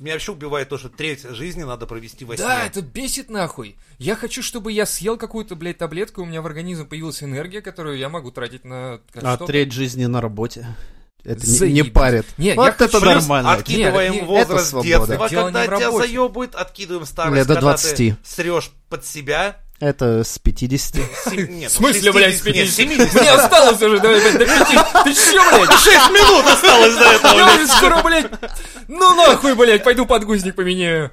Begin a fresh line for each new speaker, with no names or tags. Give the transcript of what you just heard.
Меня вообще убивает то, что треть жизни надо провести во сне.
Да, это бесит нахуй. Я хочу, чтобы я съел какую-то, блядь, таблетку, и у меня в организме появилась энергия, которую я могу тратить на...
А треть жизни на работе. Это не- не,
Заебись.
парит.
Не,
вот
я
это
хочу-
Плюс
нормально.
откидываем
Нет, и
это
возраст
свобода.
детства.
Дело не
Когда
в
тебя
работе.
заебут, откидываем старость.
Лет до
когда
20.
ты срешь под себя.
Это с 50.
Сем- нет,
В смысле,
ну,
блядь,
60? Нет,
50?
70.
Мне осталось уже, давай, блядь, до пяти. Ты чё, блядь?
6 минут осталось до этого.
Я уже скоро, блядь, ну нахуй, блядь, пойду подгузник поменяю.